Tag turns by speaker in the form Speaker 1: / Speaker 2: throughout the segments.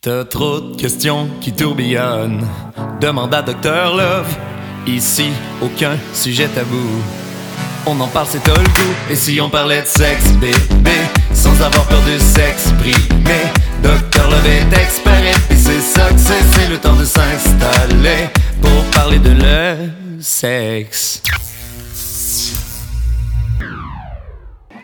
Speaker 1: T'as trop de questions qui tourbillonnent. Demande à Docteur Love. Ici, aucun sujet tabou. On en parle, c'est tout le goût. Et si on parlait de sexe, bébé, sans avoir peur de s'exprimer. Docteur Love est expert et puis c'est ça que c'est. C'est le temps de s'installer pour parler de le sexe.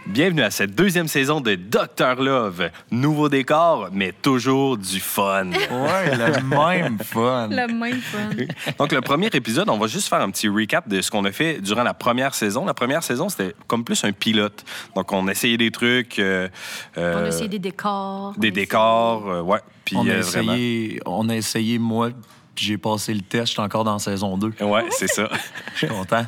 Speaker 2: Bienvenue à cette deuxième saison de Docteur Love. Nouveau décor, mais toujours du fun.
Speaker 3: Ouais, le même fun.
Speaker 4: Le même fun.
Speaker 2: Euh, Donc, le premier épisode, on va juste faire un petit recap de ce qu'on a fait durant la première saison. La première saison, c'était comme plus un pilote. Donc, on essayait des trucs. euh,
Speaker 4: On
Speaker 2: euh,
Speaker 4: a essayé des décors.
Speaker 2: des
Speaker 4: on a
Speaker 2: décors, euh, ouais. Puis,
Speaker 3: on, a
Speaker 2: euh, vraiment.
Speaker 3: essayé, on a essayé, moi, puis j'ai passé le test. Je suis encore dans saison 2.
Speaker 2: Ouais, c'est ça.
Speaker 3: Je suis content.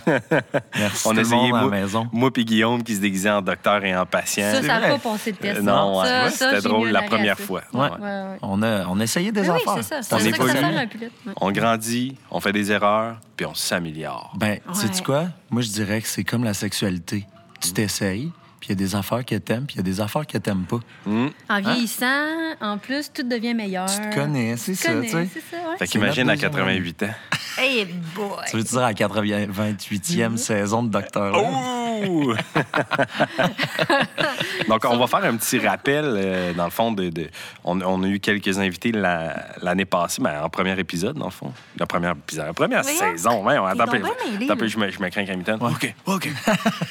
Speaker 3: Merci
Speaker 2: on
Speaker 3: tout
Speaker 2: a
Speaker 3: le
Speaker 2: essayé,
Speaker 3: monde à la
Speaker 2: moi,
Speaker 3: maison.
Speaker 2: moi puis Guillaume qui se déguisait en docteur et en patient.
Speaker 4: essayé- Ça, ça n'a
Speaker 3: vrai.
Speaker 4: pas passé le test.
Speaker 2: Euh, non, ouais,
Speaker 4: Ça,
Speaker 2: ouais,
Speaker 4: ça,
Speaker 2: c'était
Speaker 4: j'ai
Speaker 2: drôle
Speaker 4: mis un
Speaker 2: la
Speaker 4: arrêt à
Speaker 2: première
Speaker 4: ça.
Speaker 2: fois.
Speaker 3: Ouais.
Speaker 4: Ouais, ouais.
Speaker 3: On, a, on a essayé des
Speaker 4: Mais Ben oui,
Speaker 3: affaires.
Speaker 4: c'est ça.
Speaker 2: On
Speaker 4: C'est ça que
Speaker 2: évolue.
Speaker 4: ça sert un pilote. ouais.
Speaker 2: On grandit, on fait des erreurs, puis on s'améliore.
Speaker 3: Ben, sais-tu
Speaker 4: Ouais. Mm.
Speaker 3: quoi? Moi, je dirais que c'est comme la sexualité. Tu t'essayes, puis il y a des affaires que t'aimes, puis il y a des affaires que t'aimes pas.
Speaker 4: En vieillissant, en plus, tout devient meilleur.
Speaker 3: Hein? Tu te connais, c'est ça, tu sais.
Speaker 4: C'est ça, ouais.
Speaker 2: Fait
Speaker 3: C'est
Speaker 2: qu'imagine à
Speaker 3: notre deuxième
Speaker 2: 88 ans.
Speaker 4: Hey boy!
Speaker 3: Tu veux dire à la
Speaker 4: Mm-hmm.
Speaker 3: 88e saison de Docteur
Speaker 2: Oh!
Speaker 3: Who?
Speaker 2: Ouh! Donc, on va faire un petit rappel, euh, dans le fond, de, de- on, on a eu quelques invités la- l'année passée, mais en premier épisode, dans le fond. La première épisode, la première
Speaker 4: Voyons,
Speaker 2: saison. Ouais, on
Speaker 4: t'es
Speaker 2: attends, un peu,
Speaker 4: donc bien mêlé,
Speaker 2: attends un peu,
Speaker 4: là.
Speaker 2: je me, je me crains qu'à mi-temps. OK, OK,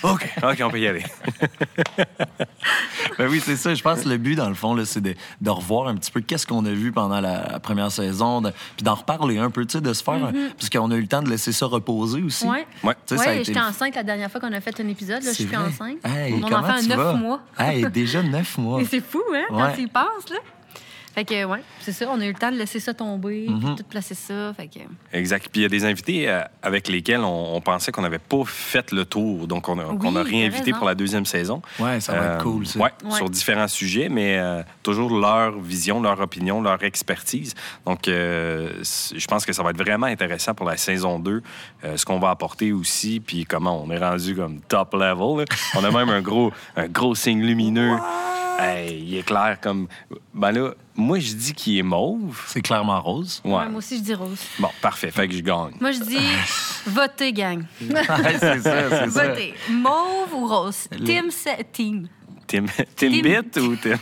Speaker 2: OK, OK, on peut y aller.
Speaker 3: Ben oui, c'est ça. Je pense que le but, dans le fond, là, c'est de, de revoir un petit peu qu'est-ce qu'on a vu pendant la première saison, de- puis d'en reparler un peu, tu sais, de se faire... un- Parce qu'on a eu le temps de laisser ça reposer aussi.
Speaker 4: Mm-hmm. Ouais.
Speaker 2: Ouais.
Speaker 3: Tu sais, ça a été
Speaker 4: j'étais
Speaker 3: le-
Speaker 4: enceinte la dernière fois qu'on a fait un épisode. Là, je
Speaker 3: C'est
Speaker 4: suis
Speaker 3: vrai.
Speaker 4: enceinte.
Speaker 3: Hey,
Speaker 4: Mon
Speaker 3: comment
Speaker 4: enfant a
Speaker 3: tu
Speaker 4: 9
Speaker 3: vas?
Speaker 4: mois.
Speaker 3: Hey, déjà neuf mois.
Speaker 4: Mais c'est fou, hein,
Speaker 3: Ouais.
Speaker 4: quand tu y penses, là. Fait que, ouais, c'est ça. On a eu le temps de laisser ça tomber,
Speaker 3: Mm-hmm.
Speaker 4: puis tout placer ça. Fait que,
Speaker 2: Exact. Puis il y a des invités euh, avec lesquels on, on pensait qu'on n'avait pas fait le tour, donc on a, qu'on a
Speaker 4: Oui,
Speaker 2: réinvité
Speaker 4: t'as
Speaker 2: pour la deuxième saison. Euh,
Speaker 3: Ouais, ça va être cool, ça.
Speaker 2: ouais,
Speaker 4: Ouais.
Speaker 2: sur différents sujets, mais euh, toujours leur vision, leur opinion, leur expertise. Donc, euh, c- je pense que ça va être vraiment intéressant pour la saison 2, euh, ce qu'on va apporter aussi, puis comment on est rendu comme top level. là. On a même un gros, un gros signe lumineux. Hey, il est clair comme... Ben là, moi, je dis qu'il est mauve.
Speaker 3: C'est clairement rose.
Speaker 2: Ouais.
Speaker 4: ouais, moi aussi, je dis rose.
Speaker 2: Bon, parfait. Fait que je gagne.
Speaker 4: Moi, je dis votez, gang.
Speaker 3: Ouais, c'est ça, c'est ça.
Speaker 4: Votez. Mauve ou rose? Team, se- team.
Speaker 2: Tim, Timbit ou Tim?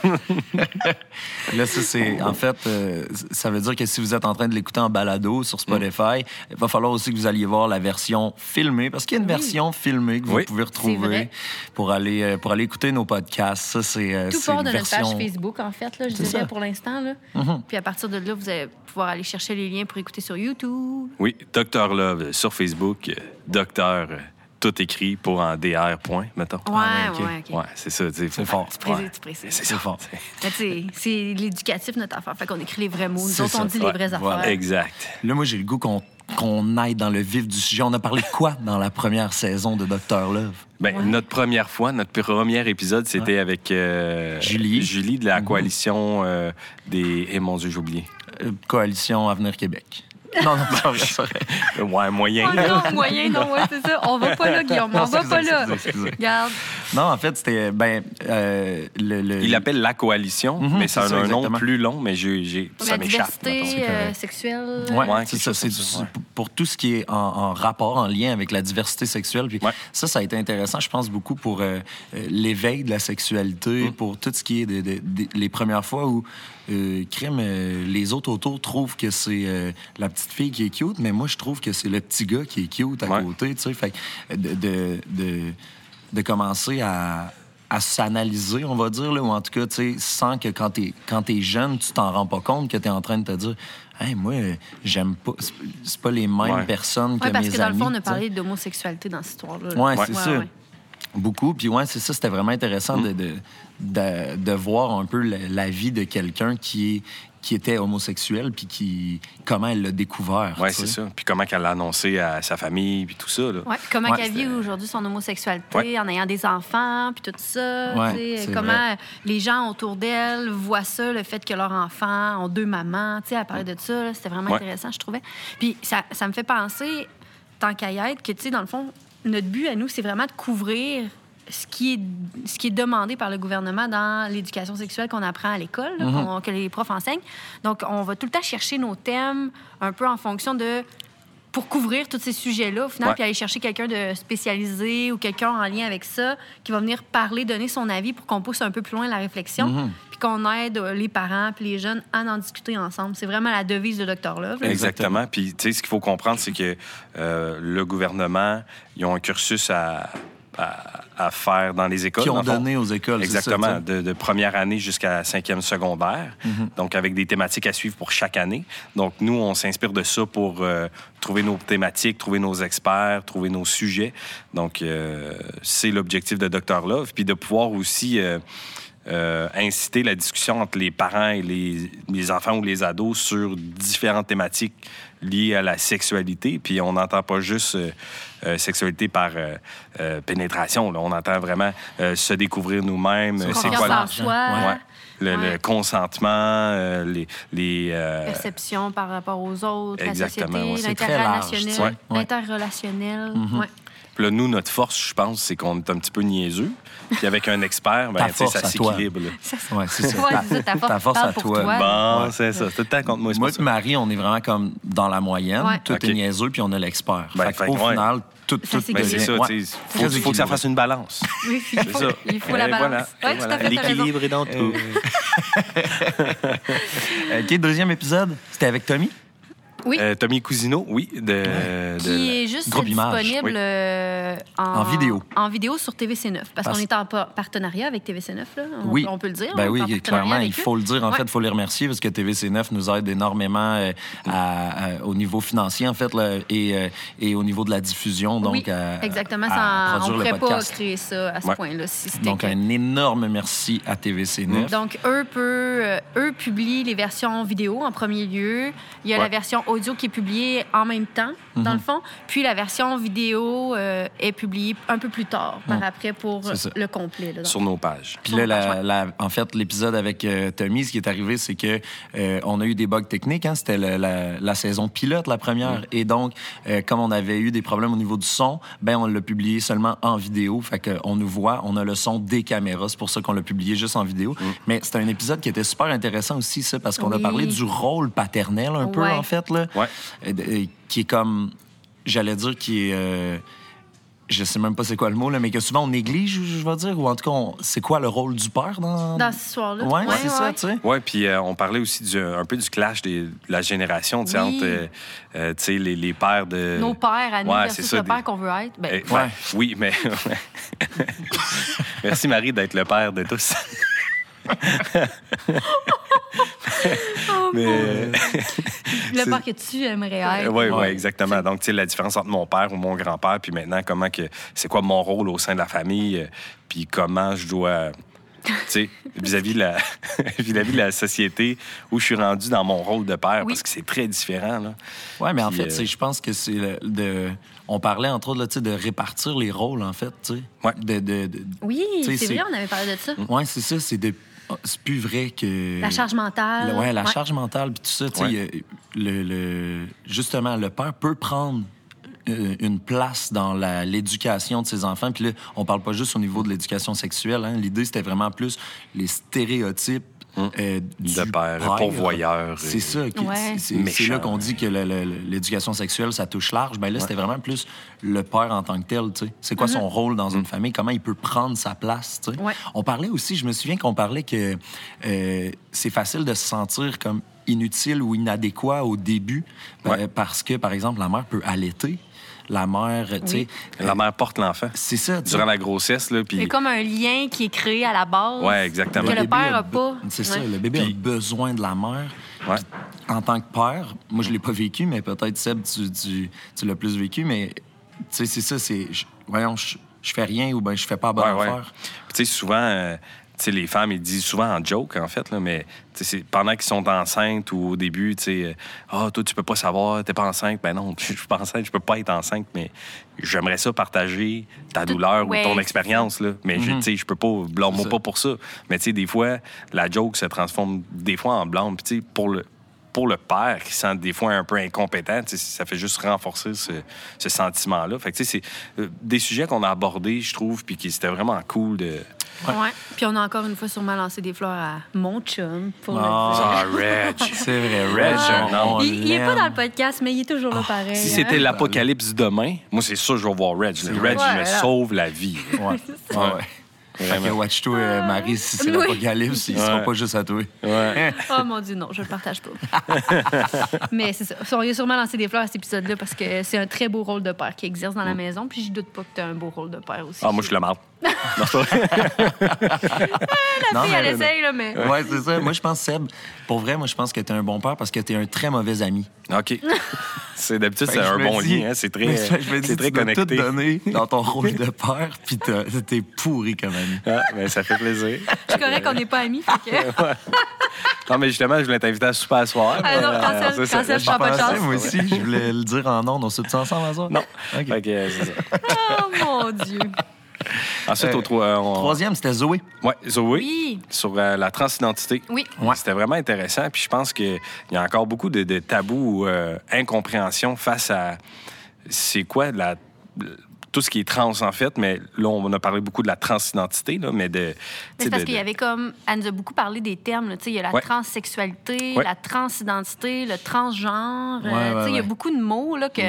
Speaker 3: Là, ça, c'est... En fait, euh, ça veut dire que si vous êtes en train de l'écouter en balado sur Spotify, il va falloir aussi que vous alliez voir la version filmée, parce qu'il y a une version filmée que vous
Speaker 2: Oui.
Speaker 3: pouvez retrouver
Speaker 4: vrai.
Speaker 3: pour aller, euh, pour aller écouter nos podcasts. Ça, c'est... euh,
Speaker 4: Tout
Speaker 3: c'est
Speaker 4: part
Speaker 3: une
Speaker 4: de notre
Speaker 3: version...
Speaker 4: page Facebook, en fait, là, je
Speaker 3: C'est
Speaker 4: dirais
Speaker 3: ça. Mm-hmm.
Speaker 4: pour l'instant. là. Puis à partir de là, vous allez pouvoir aller chercher les liens pour écouter sur YouTube.
Speaker 2: Oui, Docteur Love euh, sur Facebook, Docteur euh, tout écrit pour en DR point, mettons.
Speaker 4: Ouais,
Speaker 3: Ah, ouais, ok.
Speaker 4: ouais, OK.
Speaker 2: Ouais, c'est ça, tu sais. faut-
Speaker 3: C'est fort.
Speaker 4: Tu précises, tu précises.
Speaker 2: C'est
Speaker 3: C'est
Speaker 2: ça.
Speaker 3: fort.
Speaker 2: t'sais.
Speaker 4: Mais tu sais, C'est l'éducatif, notre affaire. Fait qu'on écrit les vrais mots. Nous
Speaker 3: C'est
Speaker 4: autres,
Speaker 3: ça.
Speaker 4: on dit
Speaker 3: Ouais,
Speaker 4: les vraies
Speaker 3: voilà.
Speaker 4: affaires.
Speaker 2: Exact.
Speaker 3: Là, moi, j'ai le goût qu'on qu'on aille dans le vif du sujet. On a parlé de quoi dans la première saison de Docteur Love?
Speaker 2: Ben, Notre première fois, notre premier épisode, c'était avec euh,
Speaker 3: Julie.
Speaker 2: de la coalition euh, des. Eh mon Dieu, j'ai oublié.
Speaker 3: Euh, Coalition Avenir Québec. Non, non, c'est pas vrai, c'est vrai.
Speaker 2: Euh, Ouais, moyen.
Speaker 4: Ah non, moyen, non, ouais, c'est ça. On va pas là, Guillaume.
Speaker 3: Non,
Speaker 4: On va
Speaker 3: excusez,
Speaker 4: pas là.
Speaker 3: excusez, excusez.
Speaker 4: Regarde.
Speaker 3: Non, en fait, c'était. Ben, euh, le, le-
Speaker 2: Il appelle la coalition, mais Mhm, ça a
Speaker 3: c'est ça,
Speaker 2: un nom
Speaker 3: exactement.
Speaker 2: plus long, mais j'ai- j'ai- ça
Speaker 4: la
Speaker 2: m'échappe. mettons.
Speaker 4: diversité euh, sexuelle.
Speaker 3: Ouais,
Speaker 2: Ouais,
Speaker 3: c'est
Speaker 2: quelque
Speaker 3: ça.
Speaker 2: chose
Speaker 3: C'est
Speaker 2: comme ça,
Speaker 3: du-
Speaker 2: ouais.
Speaker 3: pour tout ce qui est en, en rapport, en lien avec la diversité sexuelle. Puis
Speaker 2: Ouais.
Speaker 3: ça, ça a été intéressant, je pense, beaucoup pour euh, euh, l'éveil de la
Speaker 2: Mm.
Speaker 3: sexualité, pour tout ce qui est de- de- de- les premières fois où, euh, crime, euh, les autres autour trouvent que c'est euh, la petite fille qui est cute, mais moi, je trouve que c'est le petit gars qui est cute à
Speaker 2: Ouais.
Speaker 3: côté, tu sais. Fait que de, de, de, de commencer à à s'analyser, on va dire, là, ou en tout cas, tu sais, sans que quand t'es quand t'es jeune, tu t'en rends pas compte que t'es en train de te dire, hey, moi, euh, j'aime pas, c'est- c'est pas les mêmes
Speaker 2: Ouais.
Speaker 3: personnes que
Speaker 4: Ouais, parce
Speaker 3: mes
Speaker 4: que dans le fond, on
Speaker 3: amis,
Speaker 4: a
Speaker 3: tu sais.
Speaker 4: parlé d'homosexualité dans cette histoire-là.
Speaker 3: Ouais, c'est
Speaker 4: ouais,
Speaker 3: ça.
Speaker 4: ouais.
Speaker 3: Beaucoup. Puis ouais, c'est ça, c'était vraiment intéressant
Speaker 2: Mm.
Speaker 3: de, de, de, de voir un peu la, la vie de quelqu'un qui est qui était homosexuel, puis qui comment elle l'a découvert.
Speaker 2: Ouais,
Speaker 3: tu sais.
Speaker 2: c'est ça. Puis comment qu'elle l'a annoncé à sa famille, puis tout ça. là.
Speaker 4: Ouais, comment
Speaker 3: Ouais,
Speaker 4: qu'elle vit
Speaker 2: c'était-
Speaker 4: aujourd'hui son homosexualité
Speaker 2: Ouais.
Speaker 4: en ayant des enfants, puis tout ça.
Speaker 3: Ouais,
Speaker 4: tu sais,
Speaker 3: c'est
Speaker 4: comment
Speaker 3: vrai.
Speaker 4: les gens autour d'elle voient ça, le fait que leurs enfants ont deux mamans. Tu sais, elle parlait de ça, là, c'était vraiment
Speaker 2: Ouais.
Speaker 4: intéressant, je trouvais. Puis ça, ça me fait penser, tant qu'à y être, que tu sais, dans le fond, notre but à nous, c'est vraiment de couvrir ce qui, est, ce qui est demandé par le gouvernement dans l'éducation sexuelle qu'on apprend à l'école, là,
Speaker 3: Mm-hmm.
Speaker 4: qu'on- que les profs enseignent. Donc, on va tout le temps chercher nos thèmes un peu en fonction de... pour couvrir tous ces sujets-là, au final,
Speaker 2: Ouais.
Speaker 4: puis aller chercher quelqu'un de spécialisé ou quelqu'un en lien avec ça qui va venir parler, donner son avis pour qu'on pousse un peu plus loin la réflexion, puis qu'on aide euh, les parents puis les jeunes à en discuter ensemble. C'est vraiment la devise de Dr Love. là.
Speaker 2: Exactement. Puis, tu sais, ce qu'il faut comprendre, c'est que euh, le gouvernement, ils ont un cursus à, à- à faire dans les écoles.
Speaker 3: Qui
Speaker 2: dans
Speaker 3: ont
Speaker 2: le fond.
Speaker 3: donné aux écoles. c'est ça,
Speaker 2: Exactement,
Speaker 3: tu sais. Mm-hmm.
Speaker 2: de, de première année jusqu'à cinquième secondaire. Donc, avec des thématiques à suivre pour chaque année. Donc, nous, on s'inspire de ça pour euh, trouver nos thématiques, trouver nos experts, trouver nos sujets. Donc, euh, c'est l'objectif de Dr. Love. Puis de pouvoir aussi euh, euh, inciter la discussion entre les parents et les, les enfants ou les ados sur différentes thématiques liées à la sexualité. Puis on n'entend pas juste euh, euh, sexualité par euh, euh, pénétration. là. On entend vraiment euh, se découvrir nous-mêmes. euh,
Speaker 4: Confiance
Speaker 2: le-
Speaker 4: en soi.
Speaker 2: Ouais. Le, le
Speaker 4: Ouais.
Speaker 2: consentement, euh, les... les, euh,
Speaker 4: perception par rapport aux autres,
Speaker 2: Exactement,
Speaker 4: la
Speaker 2: ouais,
Speaker 4: société,
Speaker 2: c'est
Speaker 3: très large,
Speaker 4: l'interrelationnel.
Speaker 3: tu sais. Ouais, ouais.
Speaker 4: Interrelationnel. ouais.
Speaker 2: Puis là, nous, notre force, je pense, c'est qu'on est un petit peu niaiseux. Puis avec un expert, ben,
Speaker 3: Ta
Speaker 2: tu sais, ça
Speaker 3: force à toi.
Speaker 2: s'équilibre. là.
Speaker 4: Ça, ça-
Speaker 3: Ouais, c'est ça.
Speaker 4: Ouais, c'est ça, ta force- parle pour toi.
Speaker 2: Bon, c'est ça. C'est le temps contre moi. c'est
Speaker 3: Moi
Speaker 2: pas
Speaker 3: et Marie, on est vraiment comme dans la moyenne.
Speaker 4: Ouais.
Speaker 3: Tout
Speaker 2: OK.
Speaker 3: est niaiseux, puis on a l'expert.
Speaker 2: Ben,
Speaker 3: fait
Speaker 2: fait
Speaker 3: qu'au
Speaker 2: que, ouais.
Speaker 3: final, tout,
Speaker 4: Ça
Speaker 3: tout
Speaker 2: Ben, c'est
Speaker 4: s'équilibre.
Speaker 2: ça,
Speaker 3: Ouais.
Speaker 2: tu sais,
Speaker 3: Très
Speaker 2: faut, faut que ça
Speaker 3: équilibré.
Speaker 2: fasse une balance.
Speaker 4: Oui, il
Speaker 2: C'est
Speaker 4: faut,
Speaker 2: ça.
Speaker 4: il faut la
Speaker 2: Et
Speaker 4: balance.
Speaker 2: voilà.
Speaker 4: Ouais,
Speaker 2: Et
Speaker 4: tout
Speaker 2: voilà.
Speaker 4: à fait, t'as raison.
Speaker 2: L'équilibre est dans tout.
Speaker 3: Euh, OK, deuxième épisode, c'était avec Tommy.
Speaker 4: Oui,
Speaker 2: Euh, Tommy Cousineau, oui, de, de-
Speaker 4: qui est juste
Speaker 3: Groupe Image,
Speaker 4: disponible
Speaker 2: oui.
Speaker 4: euh, en,
Speaker 3: En vidéo.
Speaker 4: En vidéo sur TVC9, parce,
Speaker 3: Parce-
Speaker 4: qu'on est en pa- partenariat avec TVC9, là. On,
Speaker 3: oui.
Speaker 4: on peut le dire.
Speaker 3: Ben
Speaker 4: on est en
Speaker 3: oui,
Speaker 4: partenariat
Speaker 3: clairement,
Speaker 4: avec
Speaker 3: il
Speaker 4: eux.
Speaker 3: faut le dire. En
Speaker 4: Ouais.
Speaker 3: fait, il faut les remercier parce que TVC9 nous aide énormément euh, à- à- au niveau financier, en fait, là, et, euh, et au niveau de la diffusion. Donc,
Speaker 4: Oui,
Speaker 3: à-
Speaker 4: exactement,
Speaker 3: à
Speaker 4: ça, on
Speaker 3: produire
Speaker 4: ne
Speaker 3: le
Speaker 4: pourrait pas
Speaker 3: podcast.
Speaker 4: créer ça à ce
Speaker 2: Ouais.
Speaker 4: point-là. Si c'était
Speaker 3: Donc,
Speaker 4: que-
Speaker 3: un énorme merci à TVC9.
Speaker 4: Donc, eux, peut- euh, eux publient les versions vidéo en premier lieu. Il y a
Speaker 2: Ouais.
Speaker 4: la version audio qui est publiée en même temps, dans
Speaker 3: Mhm.
Speaker 4: le fond. Puis la version vidéo euh, est publiée un peu plus tard, par après, pour
Speaker 3: Mhm. C'est ça.
Speaker 4: le complet. là.
Speaker 2: sur nos pages.
Speaker 3: Puis là, la- la- en fait, l'épisode avec euh, Tommy, ce qui est arrivé, c'est que euh, on a eu des bugs techniques. hein. C'était le- la, la saison pilote, la
Speaker 4: Mm.
Speaker 3: première. Et donc, euh, comme on avait eu des problèmes au niveau du son, ben on l'a publié seulement en vidéo. Fait qu'on nous voit, on a le son des caméras. C'est pour ça qu'on l'a publié juste en vidéo. Mais c'était un épisode qui était super intéressant aussi, ça, parce qu'on a
Speaker 4: Mm. Oui.
Speaker 3: parlé du rôle paternel un peu,
Speaker 4: Ouais.
Speaker 3: en fait, là.
Speaker 2: Ouais.
Speaker 3: Euh, d- euh, qui est comme, j'allais dire, qui est... euh, je sais même pas c'est quoi le mot, là, mais que souvent on néglige, je vais dire, ou en tout cas, on- c'est quoi le rôle du père dans.
Speaker 4: Dans ce soir-là.
Speaker 3: Ouais,
Speaker 4: Ouais,
Speaker 3: c'est
Speaker 4: ouais,
Speaker 3: ça,
Speaker 4: ouais.
Speaker 3: tu sais.
Speaker 2: Oui, puis euh, on parlait aussi du- un peu du clash des- de la génération, tu sais,
Speaker 4: Oui.
Speaker 2: entre euh, euh, tu sais, les, les pères de...
Speaker 4: Nos pères à nous
Speaker 2: Euh, Ouais, c'est
Speaker 4: versus
Speaker 2: ça,
Speaker 4: le
Speaker 2: des-
Speaker 4: père qu'on veut être. Ben,
Speaker 2: Eh,
Speaker 3: Ouais.
Speaker 2: ben, Oui, mais... Merci, Marie, d'être le père de tous.
Speaker 4: oh,
Speaker 2: mais...
Speaker 4: le père que tu aimerais être.
Speaker 2: Oui, oui,
Speaker 3: Ouais.
Speaker 2: exactement. Donc, tu sais, la différence entre mon père ou mon grand-père, puis maintenant, comment que. C'est quoi mon rôle au sein de la famille, euh, puis comment je dois. euh, Tu sais, vis-à-vis de la, vis-à-vis de la société où je suis rendu dans mon rôle de père,
Speaker 4: Oui.
Speaker 2: parce que c'est très différent, là.
Speaker 3: Ouais, mais en
Speaker 2: Puis,
Speaker 3: fait,
Speaker 2: euh,
Speaker 3: c'est- je pense que c'est le- de. On parlait entre autres là, tu sais, de répartir les rôles, en fait, tu sais.
Speaker 2: Ouais.
Speaker 3: De, de- de-
Speaker 4: Oui,
Speaker 3: tu sais,
Speaker 4: c'est vrai, on avait parlé de ça.
Speaker 2: Mm.
Speaker 3: Ouais, c'est ça, c'est de. oh, C'est plus vrai que.
Speaker 4: La charge mentale.
Speaker 3: Le- ouais, la
Speaker 4: Ouais.
Speaker 3: charge mentale, puis tout ça, tu sais,
Speaker 2: Ouais.
Speaker 3: il y a- le, le- justement, le père peut prendre euh, une place dans la- l'éducation de ses enfants. Puis là, on parle pas juste au niveau de l'éducation sexuelle. hein. L'idée, c'était vraiment plus les stéréotypes euh, du
Speaker 2: Hum. De père, pourvoyeur et-
Speaker 3: C'est ça. qui-
Speaker 4: Ouais.
Speaker 3: c'est- C'est c'est
Speaker 2: Méchant.
Speaker 3: là qu'on dit que le- le- le- l'éducation sexuelle, ça touche large. Ben là, c'était vraiment plus le père en tant que tel, tu sais. C'est quoi son rôle dans
Speaker 2: Mm.
Speaker 3: une famille? Comment il peut prendre sa place, tu sais?
Speaker 4: Mm-hmm. Ouais.
Speaker 3: On parlait aussi, je me souviens qu'on parlait que euh, c'est facile de se sentir comme inutile ou inadéquat au début euh,
Speaker 2: Ouais.
Speaker 3: parce que, par exemple, la mère peut allaiter. La mère, tu sais, euh,
Speaker 2: La mère porte l'enfant
Speaker 3: c'est ça. tu sais.
Speaker 2: durant la grossesse, là, puis.
Speaker 4: C'est comme un lien qui est créé à la base.
Speaker 2: Ouais, exactement.
Speaker 4: Que
Speaker 2: Le
Speaker 4: le
Speaker 3: bébé
Speaker 4: père n'a
Speaker 3: be-
Speaker 4: pas.
Speaker 3: C'est ça,
Speaker 4: Ouais.
Speaker 3: le bébé
Speaker 2: Puis-
Speaker 3: a besoin de la mère.
Speaker 2: Ouais.
Speaker 3: Puis, En tant que père, moi, je l'ai pas vécu, mais peut-être, Seb, tu, tu- tu l'as plus vécu, mais tu sais, c'est ça, c'est... je- Voyons, je, je fais rien ou ben je fais pas la bonne
Speaker 2: Ouais, ouais.
Speaker 3: affaire.
Speaker 2: Puis, Tu sais, souvent, euh, tu sais, les femmes, ils disent souvent en joke, en fait, là, mais tu sais, c'est- pendant qu'ils sont enceintes ou au début, tu sais, euh, ah, toi, tu peux pas savoir, t'es pas enceinte. Ben non, je suis pas enceinte, je peux pas être enceinte, mais j'aimerais ça partager ta douleur
Speaker 4: ouais.
Speaker 2: ou ton expérience, là. Mais
Speaker 3: Mhm.
Speaker 2: je- tu sais, je peux pas, blâme-moi pas pour ça. Mais tu sais, des fois, la joke se transforme des fois en blâme. Puis tu sais, pour le pour le père qui sent des fois un peu incompétent, tu sais, ça fait juste renforcer ce, ce sentiment-là. Fait que, tu sais, c'est euh, des sujets qu'on a abordés, je trouve, puis qui c'était vraiment cool de.
Speaker 4: Ouais. Puis on a encore une fois sûrement lancé des fleurs à mon chum pour le dire.
Speaker 2: Ah, Reg!
Speaker 3: C'est vrai, Reg,
Speaker 2: Ah.
Speaker 3: on- on
Speaker 4: Il, il est pas
Speaker 3: l'aime.
Speaker 4: dans le podcast, mais il est toujours là pareil.
Speaker 2: Si
Speaker 4: hein.
Speaker 2: c'était l'apocalypse demain, moi, c'est sûr que je vais voir Reg. Reg,
Speaker 4: vrai.
Speaker 2: il me
Speaker 4: Ouais, là.
Speaker 2: sauve la vie.
Speaker 3: Ouais. ouais. ouais. Fait que watch-toi, euh, Marie, si c'est
Speaker 4: Ah. Oui.
Speaker 3: l'apocalypse, il sera
Speaker 2: Ouais.
Speaker 3: pas juste à toi.
Speaker 2: Ouais.
Speaker 4: Oh mon Dieu, non, je le partage pas. mais c'est ça. On lui a sûrement lancé des fleurs à cet épisode-là parce que c'est un très beau rôle de père qui exerce dans la maison. Puis je doute pas que tu as un beau rôle de père aussi.
Speaker 2: Mm. Ah, moi, je suis le marde. Non, c'est pas vrai.
Speaker 4: La
Speaker 3: Non,
Speaker 4: fille, elle
Speaker 3: mais-
Speaker 4: essaye, là, mais.
Speaker 3: Ouais, c'est ça. Moi, je pense, Seb, pour vrai, moi, je pense que t'es un bon père parce que t'es un très mauvais ami.
Speaker 2: OK. C'est d'habitude,
Speaker 3: Fait
Speaker 2: c'est
Speaker 3: que je
Speaker 2: un
Speaker 3: me
Speaker 2: bon
Speaker 3: dis-
Speaker 2: lien. hein. C'est
Speaker 3: Mais
Speaker 2: très,
Speaker 3: ça, je me dis,
Speaker 2: c'est très
Speaker 3: tu dois
Speaker 2: connecté.
Speaker 3: tout donné dans ton rôle de père, puis t'as- t'es pourri comme ami.
Speaker 2: Ah, ben, ça fait plaisir.
Speaker 4: Je suis correct qu'on n'est pas amis. Fait que...
Speaker 2: Non, mais justement, je voulais t'inviter à souper à soir.
Speaker 4: Ah non,
Speaker 2: Euh,
Speaker 4: cancel,
Speaker 2: c'est ça.
Speaker 4: cancel, je prends pas de
Speaker 3: pensais,
Speaker 4: chance.
Speaker 3: moi aussi, je voulais le dire en ondes. On se tue ensemble, à soir?
Speaker 2: Non.
Speaker 3: OK.
Speaker 2: Fait que, euh, c'est ça.
Speaker 4: Oh mon Dieu.
Speaker 2: Ensuite, au
Speaker 3: Euh,
Speaker 2: trois. euh, on-
Speaker 3: Troisième, c'était Zoé.
Speaker 2: Ouais, Zoé.
Speaker 4: Oui.
Speaker 2: Sur euh, la transidentité.
Speaker 4: Oui.
Speaker 3: Ouais.
Speaker 2: C'était vraiment intéressant. Puis je pense qu'il y a encore beaucoup de, de tabous ou euh, incompréhension face à c'est quoi la tout ce qui est trans en fait, mais là on a parlé beaucoup de la transidentité là, mais de tu
Speaker 4: Mais
Speaker 2: sais,
Speaker 4: C'est parce
Speaker 2: de-
Speaker 4: qu'il y avait comme. Elle nous a beaucoup parlé des termes. là, tu sais, Il y a la
Speaker 2: Ouais.
Speaker 4: transsexualité,
Speaker 2: Ouais.
Speaker 4: la transidentité, le transgenre.
Speaker 3: Ouais,
Speaker 4: euh, tu sais, Il
Speaker 3: ouais,
Speaker 4: y a
Speaker 3: ouais. Mm.
Speaker 4: beaucoup de mots là, que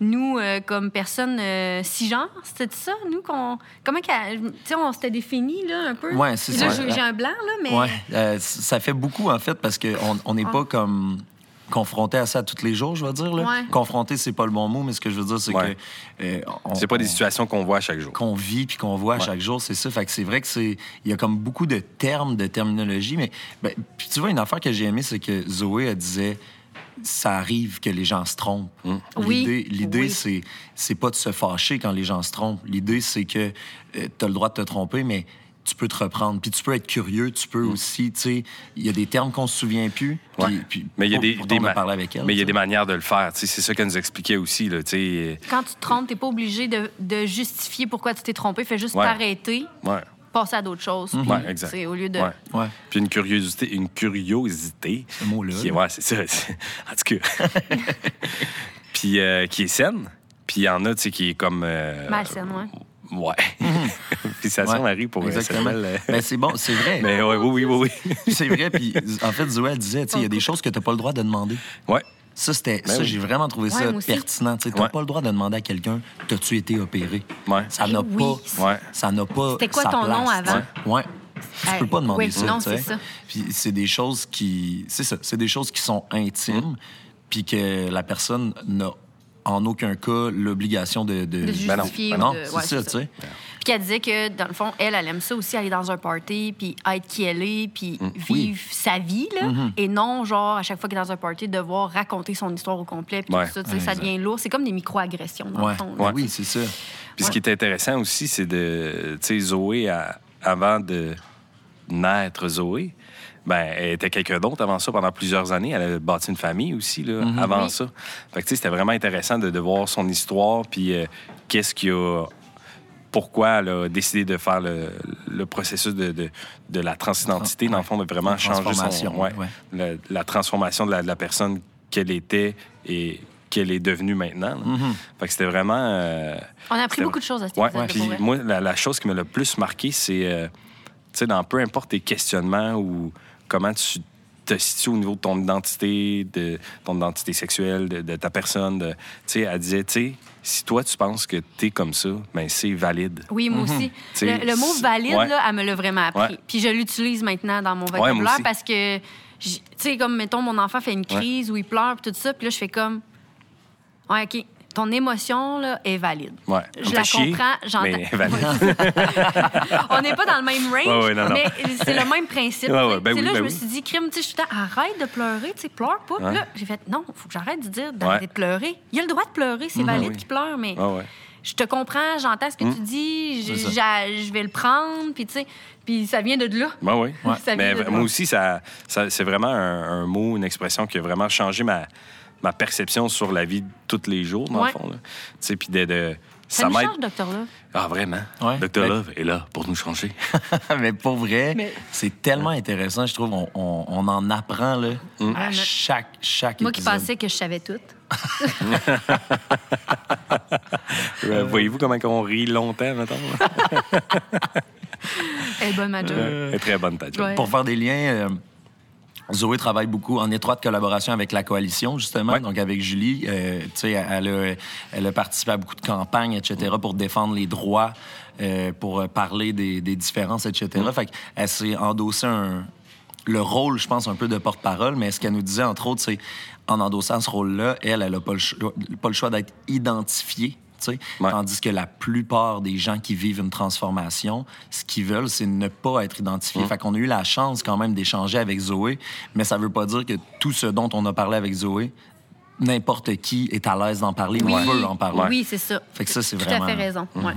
Speaker 4: nous, euh, comme personnes euh, cisgenres, c'était ça, nous, qu'on. Comment qu'à- tu sais, on s'était définis, là, un peu.
Speaker 3: Ouais, c'est
Speaker 4: Là,
Speaker 3: ça.
Speaker 4: j'ai- J'ai un blanc, là, mais. Ah.
Speaker 3: Ouais, euh, c- ça fait beaucoup, en fait, parce qu'on on n'est pas comme confronté à ça tous les jours, je vais dire. Là.
Speaker 4: Ouais.
Speaker 3: Confronté, c'est pas le bon mot, mais ce que je veux dire, c'est
Speaker 2: Ouais.
Speaker 3: que. euh, on-
Speaker 2: c'est pas des
Speaker 3: on-
Speaker 2: situations qu'on voit chaque jour.
Speaker 3: qu'on vit puis qu'on voit à
Speaker 2: Ouais.
Speaker 3: chaque jour, c'est ça. Fait que c'est vrai que c'est il y a comme beaucoup de termes, de terminologie, mais ben, puis tu vois une affaire que j'ai aimée, c'est que Zoé elle disait ça arrive que les gens se trompent.
Speaker 2: Mm.
Speaker 4: Oui.
Speaker 3: L'idée, l'idée
Speaker 4: Oui.
Speaker 3: c'est c'est pas de se fâcher quand les gens se trompent. L'idée c'est que tu as le droit de te tromper, mais tu peux te reprendre, puis tu peux être curieux, tu peux aussi, tu sais, il y a des termes qu'on se souvient plus, puis-
Speaker 2: Mm. Ouais.
Speaker 3: puis
Speaker 2: mais il y a
Speaker 3: pour-
Speaker 2: des,
Speaker 3: pourtant,
Speaker 2: des
Speaker 3: on a
Speaker 2: ma-
Speaker 3: parlé avec elle.
Speaker 2: mais il y a
Speaker 3: tu
Speaker 2: des manières de le faire. tu sais, C'est ça qu'elle nous expliquait aussi. Là, tu sais,
Speaker 4: Quand tu te trompes, t'es pas obligé de, de justifier pourquoi tu t'es trompé. Fais juste
Speaker 2: Ouais.
Speaker 4: t'arrêter,
Speaker 2: euh, ouais.
Speaker 4: passer à d'autres choses. puis,
Speaker 2: Ouais, exact.
Speaker 4: tu sais, Au lieu de.
Speaker 2: Ouais.
Speaker 3: sais. Mm-hmm. Ouais.
Speaker 2: Puis une curiosité, une curiosité.
Speaker 3: Ce mot-là,
Speaker 2: qui est-
Speaker 3: là.
Speaker 2: ouais, c'est ça. c'est- En tout cas. puis euh, qui est saine. Puis il y en a, tu sais, qui est comme. euh,
Speaker 4: Malsaine, ouais.
Speaker 2: Ouais. puis ça
Speaker 3: Ouais.
Speaker 2: sent Marie pour
Speaker 3: Exactement.
Speaker 2: Exactement.
Speaker 3: Ben, c'est bon, c'est vrai.
Speaker 2: euh, Mais ouais, oui, oui, oui, oui.
Speaker 3: C'est vrai, puis en fait, Zoé, elle disait, tu sais, il y a des choses que t'as pas le droit de demander.
Speaker 2: Ouais.
Speaker 3: Ça, c'était,
Speaker 2: Ben
Speaker 3: ça
Speaker 2: oui.
Speaker 3: j'ai vraiment trouvé
Speaker 4: Ouais,
Speaker 3: ça
Speaker 4: moi aussi.
Speaker 3: pertinent. Tu sais, t'as
Speaker 2: Ouais.
Speaker 3: pas le droit de demander à quelqu'un, t'as-tu été opéré?
Speaker 2: Ouais.
Speaker 3: Ça
Speaker 4: Eh
Speaker 3: n'a
Speaker 4: oui.
Speaker 3: pas.
Speaker 2: Ouais.
Speaker 3: Ça n'a pas.
Speaker 4: C'était quoi
Speaker 3: sa
Speaker 4: ton
Speaker 3: place,
Speaker 4: nom avant?
Speaker 3: tu sais. Ouais. Tu
Speaker 4: Hey,
Speaker 3: peux pas demander
Speaker 4: oui,
Speaker 3: ça.
Speaker 4: non,
Speaker 3: tu sais.
Speaker 4: c'est ça.
Speaker 3: Puis c'est des choses qui. C'est ça. C'est des choses qui sont
Speaker 2: Mm.
Speaker 3: intimes, puis que la personne n'a en aucun cas l'obligation de. De,
Speaker 4: De
Speaker 2: Ben non.
Speaker 4: justifier.
Speaker 3: non,
Speaker 4: ou de-
Speaker 3: c'est
Speaker 4: ouais,
Speaker 3: ça, tu sais.
Speaker 4: Puis qu'elle disait que, dans le fond, elle, elle aime ça aussi, aller dans un party, puis être qui elle est, puis
Speaker 2: Mm,
Speaker 4: vivre sa vie, là.
Speaker 2: Mm-hmm.
Speaker 4: Et non, genre, à chaque fois qu'elle est dans un party, devoir raconter son histoire au complet, puis
Speaker 2: Ouais.
Speaker 4: tout ça, tu sais, ça
Speaker 3: Exact.
Speaker 4: devient lourd. C'est comme des micro-agressions, dans
Speaker 3: Ouais.
Speaker 4: le fond. là.
Speaker 3: Ben Oui, c'est ça.
Speaker 2: Puis ce qui est intéressant aussi, c'est de. Tu sais, Zoé, à- avant de naître Zoé, ben, elle était quelqu'un d'autre avant ça pendant plusieurs années. Elle avait bâti une famille aussi, là,
Speaker 3: Mhm.
Speaker 2: avant
Speaker 4: Oui.
Speaker 2: ça. Fait que, tu sais, c'était vraiment intéressant de, de voir son histoire, puis euh, qu'est-ce qui a. Pourquoi elle a décidé de faire le, le processus de, de- de la transidentité, dans le fond, de vraiment
Speaker 3: La
Speaker 2: changer son.
Speaker 3: transformation, ouais.
Speaker 2: la, la transformation de la, de la personne qu'elle était et qu'elle est devenue maintenant. là.
Speaker 3: Mhm.
Speaker 2: Fait que c'était vraiment. euh,
Speaker 4: On a appris
Speaker 2: c'était-
Speaker 4: beaucoup de choses à cet
Speaker 2: Ouais,
Speaker 4: épisode-là,
Speaker 2: puis
Speaker 4: pour vrai.
Speaker 2: moi, la, la chose qui me l'a le plus marqué, c'est, euh, tu sais, dans peu importe tes questionnements ou comment tu te situes au niveau de ton identité, de ton identité sexuelle, de, de ta personne, de- tu sais, elle disait, tu sais, si toi, tu penses que t'es comme ça, ben c'est valide.
Speaker 4: Oui, moi aussi.
Speaker 2: T'sais,
Speaker 4: Le, le mot
Speaker 2: Mm-hmm. c'est-
Speaker 4: valide,
Speaker 2: ouais.
Speaker 4: là, elle me l'a vraiment appris.
Speaker 2: Ouais.
Speaker 4: Puis je l'utilise maintenant dans mon
Speaker 2: moi
Speaker 4: vocabulaire
Speaker 2: aussi.
Speaker 4: parce que, j- tu sais, comme, mettons, mon enfant fait une crise ou il pleure, puis tout ça, puis là, je fais comme, ouais, OK, ton émotion, là, est valide.
Speaker 2: Ouais.
Speaker 4: Je
Speaker 2: Fait
Speaker 4: la
Speaker 2: chier,
Speaker 4: comprends, j'entends.
Speaker 2: mais valide.
Speaker 4: On n'est pas dans le même range,
Speaker 2: Ouais, ouais, non, non.
Speaker 4: mais c'est le même principe.
Speaker 2: Ouais, ouais,
Speaker 4: tu sais.
Speaker 2: ben
Speaker 4: C'est
Speaker 2: oui,
Speaker 4: là,
Speaker 2: ben
Speaker 4: je me
Speaker 2: oui.
Speaker 4: suis dit, crime, tu sais, je suis tout le temps, arrête de pleurer, tu sais, pleure pas. Puis
Speaker 2: Ouais.
Speaker 4: Là, j'ai fait, non, faut que j'arrête de dire d'arrêter
Speaker 2: Ouais. Mhm.
Speaker 4: de pleurer. Il a le droit de pleurer, c'est valide
Speaker 2: oui.
Speaker 4: qu'il pleure, mais
Speaker 2: Ouais, ouais. Mhm.
Speaker 4: je te comprends, j'entends ce que tu dis, je
Speaker 3: C'est ça.
Speaker 4: j'a- je vais le prendre, puis tu sais, puis ça vient de là.
Speaker 2: Ben oui.
Speaker 4: Ouais. Ça
Speaker 2: Mais
Speaker 4: vient de
Speaker 2: moi
Speaker 4: là.
Speaker 2: aussi, ça, ça- c'est vraiment un, un mot, une expression qui a vraiment changé ma, ma perception sur la vie de tous les jours, dans
Speaker 4: Ouais.
Speaker 2: le fond. là. Tu sais, puis de, de-
Speaker 4: Ça, nous change, Docteur Love.
Speaker 2: Ah, vraiment?
Speaker 3: Ouais.
Speaker 2: Dr.
Speaker 3: Ben-
Speaker 2: Love est là pour nous changer.
Speaker 3: mais pour vrai,
Speaker 4: Mais-
Speaker 3: c'est tellement intéressant, je trouve. On, on- on en apprend là, à chaque, chaque
Speaker 4: Ah, Moi qui
Speaker 3: épisode.
Speaker 4: pensais que je savais tout.
Speaker 2: Euh, Voyez-vous comment on rit longtemps, maintenant?
Speaker 4: Elle est bonne, ma job.
Speaker 2: Très bonne ta job.
Speaker 4: Ouais.
Speaker 3: Euh, Pour faire des liens, euh, Zoé travaille beaucoup en étroite collaboration avec la coalition, justement,
Speaker 2: Ouais.
Speaker 3: donc avec Julie. euh, tu sais, elle, a, elle a participé à beaucoup de campagnes, etc., pour défendre les droits, euh, pour euh, parler des, des différences, etc. Fait qu'elle s'est endossée un- le rôle, je pense, un peu de porte-parole, mais ce qu'elle nous disait, entre autres, c'est en endossant ce rôle-là, elle, elle n'a pas le choix, pas le choix d'être identifiée. tu sais.
Speaker 2: Ouais.
Speaker 3: Tandis que la plupart des gens qui vivent une transformation, ce qu'ils veulent, c'est ne pas être identifiés. Fait qu'on a eu la chance quand même d'échanger avec Zoé, mais ça veut pas dire que tout ce dont on a parlé avec Zoé, n'importe qui est à l'aise d'en parler
Speaker 4: Oui,
Speaker 3: ou veut en parler.
Speaker 4: Oui, c'est ça.
Speaker 3: Fait que ça, c'est
Speaker 4: Tout
Speaker 3: vraiment-
Speaker 4: à fait raison.
Speaker 2: Mhm.
Speaker 4: ouais.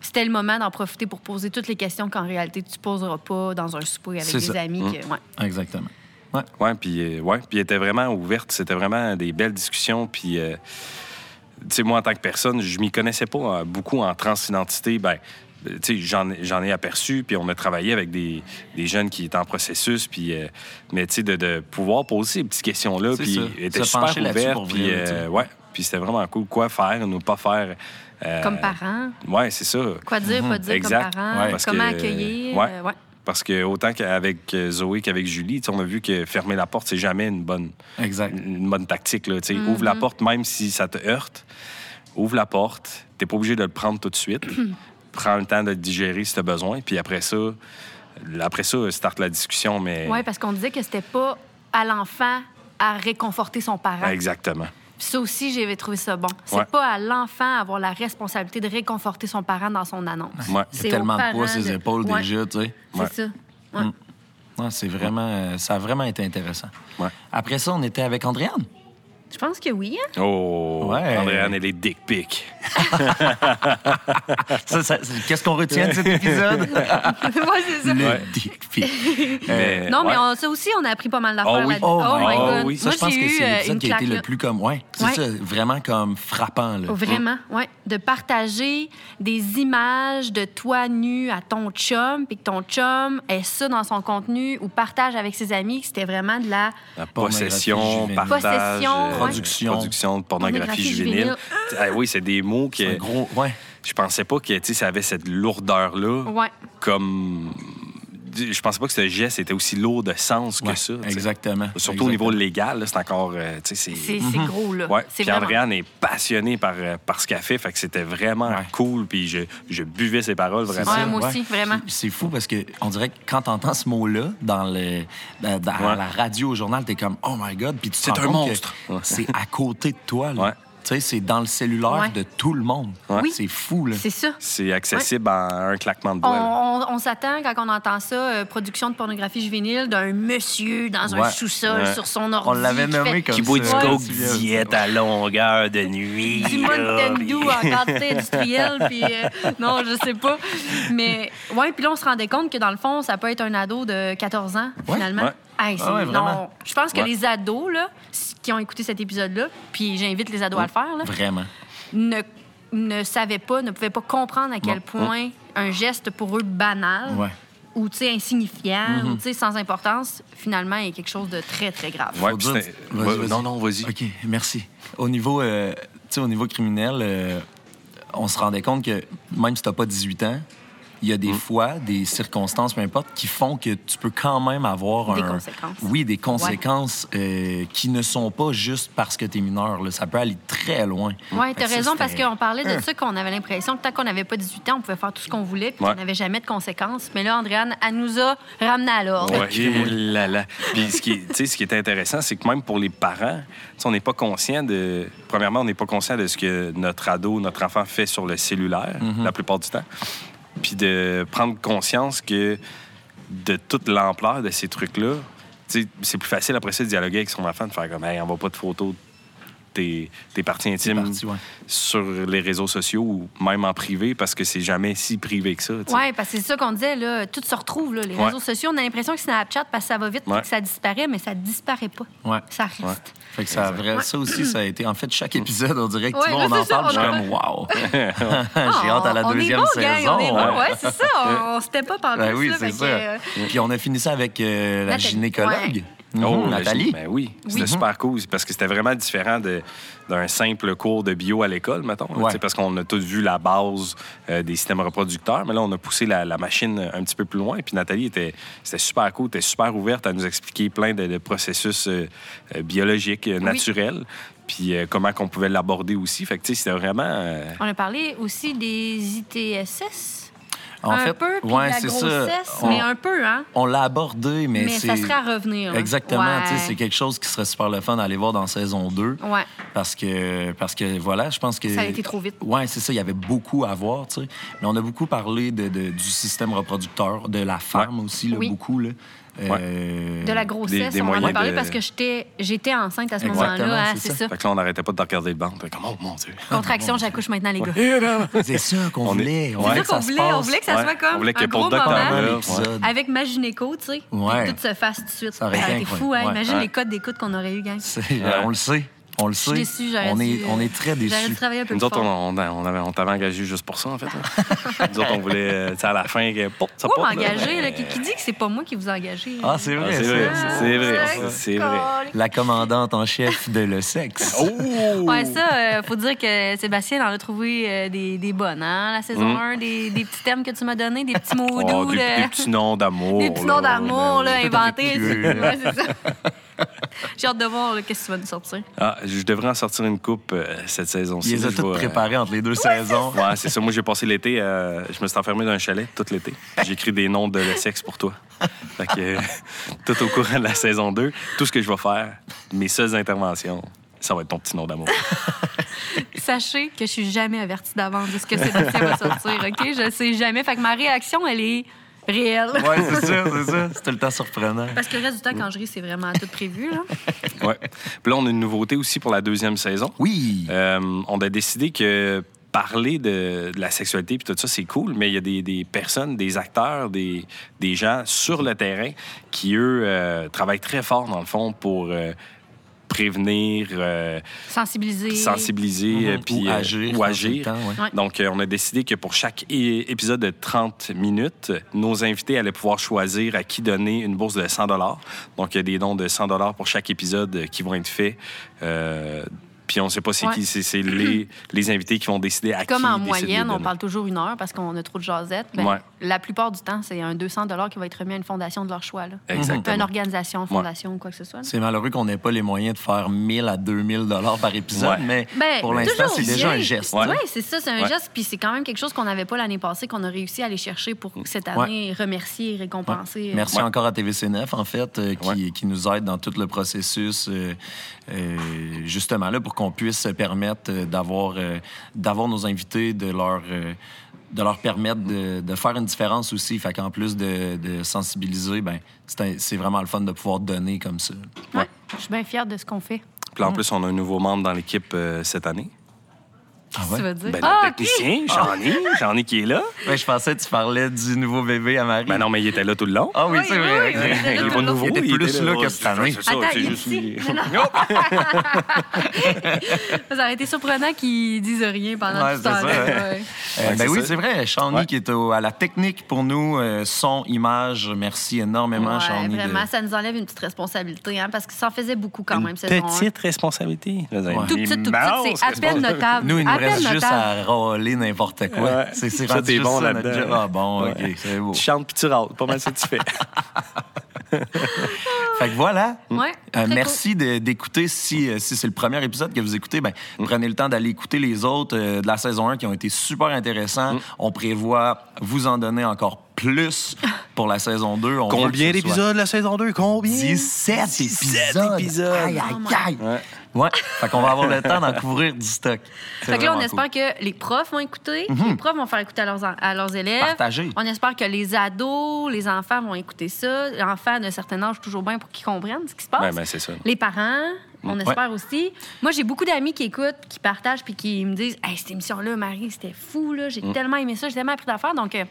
Speaker 4: C'était le moment d'en profiter pour poser toutes les questions qu'en réalité, tu poseras pas dans un souper avec
Speaker 3: C'est
Speaker 4: des
Speaker 3: ça.
Speaker 4: amis.
Speaker 2: Mhm.
Speaker 4: que- ouais.
Speaker 3: Exactement. Ouais.
Speaker 2: Oui, puis euh, ouais, puis elle était vraiment ouverte. C'était vraiment des belles discussions. Puis, euh, tu sais, moi, en tant que personne, je m'y connaissais pas euh, beaucoup en transidentité. Ben, euh, tu sais, j'en ai- j'en ai aperçu. Puis, on a travaillé avec des, des jeunes qui étaient en processus. Puis, euh, mais, tu sais, de, de pouvoir poser ces petites questions-là.
Speaker 3: C'est
Speaker 2: Puis,
Speaker 3: ça.
Speaker 2: elle était
Speaker 3: Se
Speaker 2: super
Speaker 3: pencher là-dessus
Speaker 2: ouverte.
Speaker 3: pour
Speaker 2: Puis,
Speaker 3: vrai, là, tu sais.
Speaker 2: euh, ouais, puis c'était vraiment cool. Quoi faire, ne pas faire. euh,
Speaker 4: Comme parent.
Speaker 2: Ouais, c'est ça.
Speaker 4: Quoi dire, pas dire
Speaker 2: Exact.
Speaker 4: comme parent.
Speaker 2: Ouais, parce
Speaker 4: comment
Speaker 2: que-
Speaker 4: accueillir.
Speaker 2: Ouais.
Speaker 4: euh, ouais.
Speaker 2: Parce que autant qu'avec euh, Zoé qu'avec Julie, tu sais, on a vu que fermer la porte, c'est jamais une bonne,
Speaker 3: Exact.
Speaker 2: une bonne tactique. Là, tu sais. Ouvre
Speaker 4: Mhm.
Speaker 2: la porte, même si ça te heurte. Ouvre la porte. T'es pas obligé de le prendre tout de suite. Prends le temps de le digérer si tu as besoin. Puis après ça, après ça, starte la discussion. Mais
Speaker 4: Oui, parce qu'on disait que c'était pas à l'enfant à réconforter son parent.
Speaker 2: Exactement.
Speaker 4: Puis ça aussi, j'avais trouvé ça bon. C'est
Speaker 2: Ouais.
Speaker 4: pas à l'enfant à avoir la responsabilité de réconforter son parent dans son annonce.
Speaker 2: Ouais.
Speaker 3: Il y
Speaker 4: C'est
Speaker 3: a
Speaker 4: aux
Speaker 3: tellement de
Speaker 4: parents
Speaker 3: poids à ses
Speaker 4: de-
Speaker 3: épaules
Speaker 4: Ouais,
Speaker 3: déjà, tu sais.
Speaker 4: C'est
Speaker 2: Ouais. Mm.
Speaker 4: ça. Ouais.
Speaker 3: Non, c'est vraiment... euh, ça a vraiment été intéressant.
Speaker 2: Ouais.
Speaker 3: Après ça, on était avec Andréane.
Speaker 4: Je pense que oui. hein.
Speaker 2: Oh,
Speaker 3: Ouais.
Speaker 2: Andréane et les dick pics.
Speaker 3: Ça, ça- c'est- Qu'est-ce qu'on retient de cet épisode?
Speaker 4: hein. Ouais, c'est ça.
Speaker 3: Le dick pic. Euh,
Speaker 2: Mais,
Speaker 4: Non, mais
Speaker 2: ouais.
Speaker 4: on- ça aussi, on a appris pas mal d'affaires.
Speaker 2: Oh oui.
Speaker 4: là-dedans.
Speaker 3: Oh, my
Speaker 2: Oh
Speaker 3: God.
Speaker 2: oui.
Speaker 3: Ça,
Speaker 4: Moi,
Speaker 3: je pense
Speaker 4: j'ai
Speaker 3: que
Speaker 4: eu
Speaker 3: c'est
Speaker 4: euh,
Speaker 3: l'épisode
Speaker 4: une
Speaker 3: qui a été
Speaker 4: claque,
Speaker 3: le
Speaker 4: là.
Speaker 3: plus comme... Ouais, c'est
Speaker 4: Ouais.
Speaker 3: ça, vraiment comme frappant, là.
Speaker 4: Vraiment, ouais. De partager des images de toi nu à ton chum, puis que ton chum ait ça dans son contenu ou partage avec ses amis, que c'était vraiment de la...
Speaker 3: Ah.
Speaker 2: La possession,
Speaker 3: Pornographie juvénile.
Speaker 2: partage,
Speaker 4: Possession, ouais.
Speaker 2: production, production de pornographie
Speaker 4: Pornographie
Speaker 2: juvénile.
Speaker 4: juvénile.
Speaker 2: Ah oui, c'est des mots que...
Speaker 3: Un gros... Ouais.
Speaker 2: je pensais pas que tu sais, ça avait cette lourdeur là
Speaker 4: Ouais.
Speaker 2: comme je pensais pas que ce geste était aussi lourd de sens
Speaker 3: Ouais,
Speaker 2: que ça tu sais.
Speaker 3: exactement.
Speaker 2: surtout au niveau légal là, c'est encore euh, tu sais
Speaker 4: C'est
Speaker 2: c'est
Speaker 4: c'est
Speaker 3: Mhm.
Speaker 4: gros, là.
Speaker 2: Ouais.
Speaker 4: C'est
Speaker 2: Puis
Speaker 4: vraiment...
Speaker 2: Andréane est passionnée par, euh, par ce qu'elle fait, fait que c'était vraiment
Speaker 3: Ouais.
Speaker 2: cool. Puis je, je buvais ses paroles
Speaker 3: C'est
Speaker 2: vraiment.
Speaker 4: Ouais,
Speaker 3: ça,
Speaker 4: moi aussi, vraiment.
Speaker 3: Puis C'est fou parce que on dirait que quand t'entends ce mot-là dans le dans, dans
Speaker 2: Ouais.
Speaker 3: la radio, au journal, t'es comme oh my god, puis tu te
Speaker 2: C'est
Speaker 3: rends
Speaker 2: un
Speaker 3: compte
Speaker 2: monstre.
Speaker 3: que
Speaker 2: Ouais.
Speaker 3: C'est à côté de toi. là.
Speaker 2: Ouais.
Speaker 3: Tu sais, c'est dans le cellulaire
Speaker 4: Ouais.
Speaker 3: de tout le monde.
Speaker 4: Oui.
Speaker 3: C'est fou là.
Speaker 4: C'est ça.
Speaker 2: C'est accessible en un claquement de
Speaker 4: On,
Speaker 2: doigts. là.
Speaker 4: on- on s'attend, quand on entend ça, euh, production de pornographie juvénile, d'un monsieur dans
Speaker 3: Ouais.
Speaker 4: un sous-sol
Speaker 2: Ouais.
Speaker 4: sur son ordi.
Speaker 3: On l'avait
Speaker 4: qui
Speaker 3: nommé
Speaker 4: fait
Speaker 3: comme
Speaker 2: Qui boit du
Speaker 3: ça.
Speaker 2: coke
Speaker 3: Ouais, c'est bien.
Speaker 2: diète à longueur de nuit.
Speaker 4: du
Speaker 2: là,
Speaker 4: Mountain
Speaker 2: puis-
Speaker 4: Dew en quantité industrielle, puis euh, non, je sais pas. Mais ouais, puis là, on se rendait compte que dans le fond, ça peut être un ado de 14 ans,
Speaker 3: Ouais,
Speaker 4: finalement.
Speaker 2: ouais.
Speaker 4: Hey, c'est-
Speaker 3: Ah ouais, vraiment.
Speaker 4: non, je pense que
Speaker 2: Ouais.
Speaker 4: les ados là, s- qui ont écouté cet épisode-là, puis j'invite les ados à le faire, là,
Speaker 3: Vraiment.
Speaker 4: ne, ne savaient pas, ne pouvaient pas comprendre à quel point un geste pour eux banal
Speaker 3: Ouais.
Speaker 4: ou tu sais, insignifiant
Speaker 2: Mm-hmm.
Speaker 4: ou tu sais, sans importance, finalement, est quelque chose de très, très grave.
Speaker 2: Ouais,
Speaker 3: Faut
Speaker 2: puis
Speaker 3: dire-
Speaker 2: c'était-
Speaker 3: vas-y,
Speaker 2: Ouais,
Speaker 3: vas-y.
Speaker 2: Non, non, vas-y.
Speaker 3: OK, merci. Au niveau, euh, tu sais, au niveau criminel, euh, on se rendait compte que même si t'as pas 18 ans, il y a des fois, des circonstances, peu importe, qui font que tu peux quand même avoir
Speaker 4: Des
Speaker 3: un-
Speaker 4: conséquences.
Speaker 3: Oui, des conséquences euh, qui ne sont pas juste parce que t'es mineur. là. Ça peut aller très loin.
Speaker 4: Oui,
Speaker 3: Fait
Speaker 4: t'as
Speaker 3: que ça,
Speaker 4: raison, parce
Speaker 3: c'était-
Speaker 4: qu'on parlait de ça, qu'on avait l'impression que tant qu'on n'avait pas 18 ans, on pouvait faire tout ce qu'on voulait, puis
Speaker 2: Ouais.
Speaker 4: qu'on n'avait jamais de conséquences. Mais là, Andréane, elle nous a ramené à l'ordre.
Speaker 2: Ouais, eh là là. Puis ce qui, est- tu sais, ce qui est intéressant, c'est que même pour les parents, tu sais, on n'est pas conscient de. Premièrement, on n'est pas conscient de ce que notre ado, notre enfant fait sur le cellulaire
Speaker 3: Mhm.
Speaker 2: la plupart du temps. Puis de prendre conscience que de toute l'ampleur de ces trucs-là, tu sais, c'est plus facile après ça de dialoguer avec son enfant, de faire comme, hey, on va pas de photos tes, tes parties intimes
Speaker 3: parties, ouais.
Speaker 2: sur les réseaux sociaux ou même en privé parce que c'est jamais si privé que ça. tu sais.
Speaker 4: Oui, parce que c'est ça qu'on disait, là, tout se retrouve. Là, les
Speaker 2: Ouais.
Speaker 4: réseaux sociaux, on a l'impression que c'est Snapchat parce que ça va vite puis
Speaker 2: Ouais.
Speaker 4: que ça disparaît, mais ça disparaît pas.
Speaker 3: Ouais.
Speaker 4: Ça reste.
Speaker 2: Ouais.
Speaker 3: Fait que ça, vrai, ça aussi, ça a été. En fait, chaque épisode, on dirait que tu
Speaker 4: Ouais,
Speaker 3: vois,
Speaker 4: là,
Speaker 3: on en
Speaker 4: c'est ça,
Speaker 3: parle, je suis
Speaker 4: on en
Speaker 3: comme, waouh!
Speaker 4: Ah,
Speaker 3: J'ai hâte à la
Speaker 4: on-
Speaker 3: deuxième
Speaker 4: on est bon, gang,
Speaker 3: saison.
Speaker 4: on est
Speaker 3: ouais.
Speaker 4: bon, ouais, c'est ça. On, on se tape pas en
Speaker 3: Ben
Speaker 4: plus,
Speaker 3: oui,
Speaker 4: là,
Speaker 3: c'est
Speaker 4: fait
Speaker 3: ça.
Speaker 4: que, euh,
Speaker 3: Puis on a fini ça avec euh, la
Speaker 4: Nathalie,
Speaker 3: gynécologue.
Speaker 4: ouais.
Speaker 3: Mhm,
Speaker 2: Oh, la
Speaker 3: Nathalie.
Speaker 2: gym, Ben oui, c'était
Speaker 4: Oui.
Speaker 2: super cool parce que c'était vraiment différent de- d'un simple cours de bio à l'école, mettons. là,
Speaker 3: Ouais.
Speaker 2: tu sais, Parce qu'on a tous vu la base euh, des systèmes reproducteurs, mais là, on a poussé la, la machine un petit peu plus loin. Puis Nathalie était, c'était super cool, était super ouverte à nous expliquer plein de, de processus euh, euh, biologiques, euh, naturels, puis euh, comment qu'on pouvait l'aborder aussi. Fait que, tu sais, c'était vraiment. euh,
Speaker 4: on a parlé aussi des ITSS.
Speaker 3: En
Speaker 4: un
Speaker 3: fait,
Speaker 4: peu, puis
Speaker 3: ouais,
Speaker 4: de la
Speaker 3: c'est ça.
Speaker 4: grossesse,
Speaker 3: On-
Speaker 4: mais un peu, hein?
Speaker 3: On l'a abordé, mais,
Speaker 4: Mais
Speaker 3: c'est.
Speaker 4: ça serait à revenir. là.
Speaker 3: Exactement. tu sais,
Speaker 4: Ouais.
Speaker 3: C'est quelque chose qui serait super le fun d'aller voir dans saison 2.
Speaker 4: Ouais.
Speaker 3: Parce que, parce que voilà, je pense que.
Speaker 4: Ça a été trop vite.
Speaker 3: Ouais, c'est ça. Il y avait beaucoup à voir, tu sais. Mais on a beaucoup parlé de, de- du système reproducteur, de la femme aussi, là,
Speaker 4: Oui.
Speaker 3: beaucoup, là. Euh,
Speaker 4: De la grossesse,
Speaker 2: Mm. des
Speaker 4: on en a
Speaker 2: moyens
Speaker 4: parlé
Speaker 2: de-
Speaker 4: parce que j'étais j'étais enceinte à ce
Speaker 3: Exactement,
Speaker 4: moment-là. hein,
Speaker 3: c'est
Speaker 4: c'est ça.
Speaker 2: Fait que là, on n'arrêtait pas de regarder le ventre. Fait comme, oh mon Dieu.
Speaker 4: Contraction, j'accouche maintenant, les gars.
Speaker 3: C'est ça qu'on
Speaker 2: On est-
Speaker 3: voulait.
Speaker 2: C'est
Speaker 3: on
Speaker 4: C'est
Speaker 3: voulait
Speaker 4: ça
Speaker 3: que ça
Speaker 4: qu'on
Speaker 3: se
Speaker 4: voulait. On
Speaker 3: passe
Speaker 4: voulait que ça
Speaker 2: Ouais.
Speaker 4: soit comme
Speaker 2: On voulait qu'il y
Speaker 4: un
Speaker 2: ait pas
Speaker 4: gros
Speaker 2: de
Speaker 4: moment
Speaker 2: docteur,
Speaker 3: pendant
Speaker 2: là.
Speaker 3: l'épisode.
Speaker 4: avec ma gynéco, tu sais.
Speaker 3: Ouais.
Speaker 4: Puis que tout se fasse tout de suite. Ça
Speaker 3: aurait été
Speaker 4: aurait été fou, hein?
Speaker 3: incroyable.
Speaker 4: Imagine
Speaker 2: Ouais.
Speaker 4: les codes d'écoute qu'on aurait eu, gang. Je
Speaker 3: C'est- euh, On le sait. On le sait.
Speaker 4: suis déçue, j'aurais
Speaker 3: on, est,
Speaker 4: dû, euh,
Speaker 3: on est très
Speaker 4: J'aurais dû
Speaker 3: déçus.
Speaker 4: travailler un peu
Speaker 2: Nous
Speaker 4: plus
Speaker 2: autres, on,
Speaker 4: fort.
Speaker 2: on, on avait- on t'avait engagé juste pour ça, en fait. hein. Nous autres, on voulait, euh, tu sais, à la fin, que, pop, ça
Speaker 4: Pourquoi
Speaker 2: pop, là,
Speaker 4: m'engager?
Speaker 2: mais-
Speaker 4: là? Qui, qui dit que c'est pas moi qui vous engagez?
Speaker 3: Ah, c'est
Speaker 2: Ah,
Speaker 3: vrai.
Speaker 2: c'est
Speaker 3: ça.
Speaker 2: vrai, c'est- c'est vrai, c'est vrai.
Speaker 3: La commandante en chef de le sexe.
Speaker 2: Oh!
Speaker 4: Ouais, ça, euh, faut dire que Sébastien en a trouvé euh, des, des bonnes, hein? La saison
Speaker 2: Mhm.
Speaker 4: 1, des, des petits thèmes que tu m'as donnés, des petits mots
Speaker 2: Oh,
Speaker 4: doux.
Speaker 2: des,
Speaker 4: de-
Speaker 2: des petits noms d'amour.
Speaker 4: Des petits
Speaker 2: là,
Speaker 4: noms
Speaker 2: ouais,
Speaker 4: d'amour là,
Speaker 2: ouais.
Speaker 4: inventés.
Speaker 3: plus.
Speaker 4: Ouais, c'est ça. J'ai hâte de voir là, qu'est-ce que tu vas nous sortir.
Speaker 2: Ah, je devrais en sortir une coupe euh, cette saison-ci.
Speaker 3: Ils les
Speaker 2: là,
Speaker 3: ont
Speaker 2: je
Speaker 3: toutes
Speaker 2: vais, euh,
Speaker 3: préparées entre les deux saisons.
Speaker 2: Ouais, c'est ça. Moi, j'ai passé l'été, euh, je me suis enfermé dans un chalet tout l'été. J'écris des noms de sexe pour toi. Fait que, euh, tout au courant de la saison 2, tout ce que je vais faire, mes seules interventions, ça va être ton petit nom d'amour.
Speaker 4: Sachez que je suis jamais avertie d'avance de ce que Sébastien va sortir, OK? Je sais jamais. Fait que ma réaction, elle est réelle.
Speaker 3: Ouais, c'est ça, c'est ça. C'est tout le temps surprenant.
Speaker 4: Parce que le reste du temps, quand je ris, c'est vraiment tout prévu, là.
Speaker 2: Ouais. Puis là, on a une nouveauté aussi pour la deuxième saison.
Speaker 3: Oui.
Speaker 2: Euh, on a décidé que parler de, de la sexualité puis tout ça, c'est cool, mais il y a des, des personnes, des acteurs, des, des gens sur le terrain qui, eux, euh, travaillent très fort, dans le fond, pour euh, prévenir, euh,
Speaker 4: Sensibiliser.
Speaker 2: sensibiliser,
Speaker 3: Mhm.
Speaker 2: euh, puis,
Speaker 3: Ou
Speaker 2: euh,
Speaker 3: agir,
Speaker 2: ou
Speaker 3: dans
Speaker 2: agir.
Speaker 3: le temps, ouais.
Speaker 4: Ouais.
Speaker 2: Donc, euh, on a décidé que pour chaque é- épisode de 30 minutes, nos invités allaient pouvoir choisir à qui donner une bourse de 100 Donc, il y a des dons de 100 pour chaque épisode euh, qui vont être faits. Euh, puis on ne sait pas c'est
Speaker 4: Ouais.
Speaker 2: qui, c'est c'est les, les invités qui vont décider à qui
Speaker 4: Comme en
Speaker 2: décider de
Speaker 4: moyenne, on
Speaker 2: donner.
Speaker 4: parle toujours une heure parce qu'on a trop de jasettes. Ben,
Speaker 2: Ouais.
Speaker 4: La plupart du temps, c'est un 200 qui va être remis à une fondation de leur choix. Là.
Speaker 2: Exactement.
Speaker 4: Une organisation, fondation ou quoi que ce soit. là.
Speaker 3: C'est malheureux qu'on n'ait pas les moyens de faire 1000 à 2000 dollars par épisode,
Speaker 2: Ouais.
Speaker 3: mais
Speaker 4: Ben,
Speaker 3: pour l'instant,
Speaker 4: toujours
Speaker 3: c'est déjà
Speaker 4: bien.
Speaker 3: un geste. hein.
Speaker 2: Ouais.
Speaker 4: Oui, c'est ça, c'est un
Speaker 2: Ouais.
Speaker 4: geste. Puis c'est quand même quelque chose qu'on n'avait pas l'année passée, qu'on a réussi à aller chercher pour cette année, remercier, récompenser.
Speaker 3: Mm. Merci
Speaker 2: Ouais.
Speaker 3: encore à TVC9, en fait, euh, qui,
Speaker 2: Ouais.
Speaker 3: qui nous aide dans tout le processus, euh, euh, justement, là, pour qu'on puisse se permettre euh, d'avoir, euh, d'avoir nos invités, de leur, euh, de leur permettre de, de faire une différence aussi. Fait qu'en plus de, de sensibiliser, ben, c'est, un- c'est vraiment le fun de pouvoir donner comme ça.
Speaker 4: Ouais. Je suis bien fière de ce qu'on fait.
Speaker 2: Puis là, en plus, on a un nouveau membre dans l'équipe euh, cette année.
Speaker 3: Ah
Speaker 4: Tu veux dire?
Speaker 2: Ben,
Speaker 4: Ah,
Speaker 2: le
Speaker 4: ok.
Speaker 2: technicien, j'en ai, j'en ai qui est là.
Speaker 3: Ouais, je pensais que tu parlais du nouveau bébé à Marie.
Speaker 2: Ben non, mais il était là tout le long.
Speaker 3: Ah oui,
Speaker 4: Oui,
Speaker 3: c'est
Speaker 4: oui,
Speaker 3: vrai.
Speaker 4: oui,
Speaker 3: ok.
Speaker 4: il était là
Speaker 2: est
Speaker 4: tout le long.
Speaker 3: Il était plus là que cette année.
Speaker 2: C'est ça,
Speaker 4: Attends,
Speaker 2: c'est
Speaker 4: il est
Speaker 2: juste-
Speaker 4: ici. Ça aurait été surprenant qu'ils disent rien pendant
Speaker 3: Ouais,
Speaker 4: tout ce
Speaker 3: c'est
Speaker 4: temps-là.
Speaker 3: ça.
Speaker 4: ouais.
Speaker 3: Euh,
Speaker 2: Ouais,
Speaker 3: ben
Speaker 2: c'est
Speaker 3: oui,
Speaker 2: ça.
Speaker 3: c'est vrai. Shawnee
Speaker 2: Ouais.
Speaker 3: qui est au- à la technique pour nous, euh, son, image. Merci énormément,
Speaker 4: Ouais,
Speaker 3: Shawnee. de-
Speaker 4: vraiment, ça nous enlève une petite responsabilité, hein, parce que ça en faisait beaucoup quand même, saison un.
Speaker 2: Petite responsabilité.
Speaker 4: Tout petit, tout petit, c'est à peine notable.
Speaker 3: Nous, il nous
Speaker 4: à peine
Speaker 3: reste juste
Speaker 4: notable.
Speaker 3: à rôler n'importe quoi.
Speaker 2: Ouais.
Speaker 3: C'est c'est
Speaker 2: Ça,
Speaker 3: rendu
Speaker 2: t'es
Speaker 3: juste
Speaker 2: bon
Speaker 3: ça, notre
Speaker 2: là-dedans.
Speaker 3: job. Ah bon, OK,
Speaker 2: Ouais.
Speaker 3: c'est beau.
Speaker 2: Tu chantes puis tu râles. Pas mal satisfait.
Speaker 3: Fait que voilà.
Speaker 4: Ouais,
Speaker 3: Euh,
Speaker 4: très
Speaker 3: merci de- d'écouter. Si, euh, si c'est le premier épisode que vous écoutez, ben,
Speaker 2: Mm.
Speaker 3: prenez le temps d'aller écouter les autres euh, de la saison 1 qui ont été super
Speaker 2: Mm.
Speaker 3: intéressants. On prévoit vous en donner encore plus pour la saison 2. On veut que ce soit-
Speaker 2: Combien d'épisodes la saison 2? Combien?
Speaker 3: 17 épisodes.
Speaker 2: épisodes.
Speaker 3: Aïe,
Speaker 4: Oh
Speaker 3: aïe, aïe. Ouais. Fait qu'on va avoir le temps d'en couvrir du stock. C'est
Speaker 4: Fait que là, on
Speaker 3: vraiment
Speaker 4: espère
Speaker 3: cool. Mhm.
Speaker 4: que les profs vont écouter, les profs vont faire écouter à leurs, en- à leurs élèves.
Speaker 3: Partager.
Speaker 4: On espère que les ados, les enfants vont écouter ça. L'enfant d'un certain âge, toujours bien pour qu'ils comprennent ce qui se passe.
Speaker 2: ben, c'est ça.
Speaker 4: Les parents, On espère aussi. Moi, j'ai beaucoup d'amis qui écoutent, qui partagent, puis qui me disent Hey, cette émission-là, Marie, c'était fou, là. J'ai tellement aimé ça, j'ai tellement appris d'affaires. Donc, euh,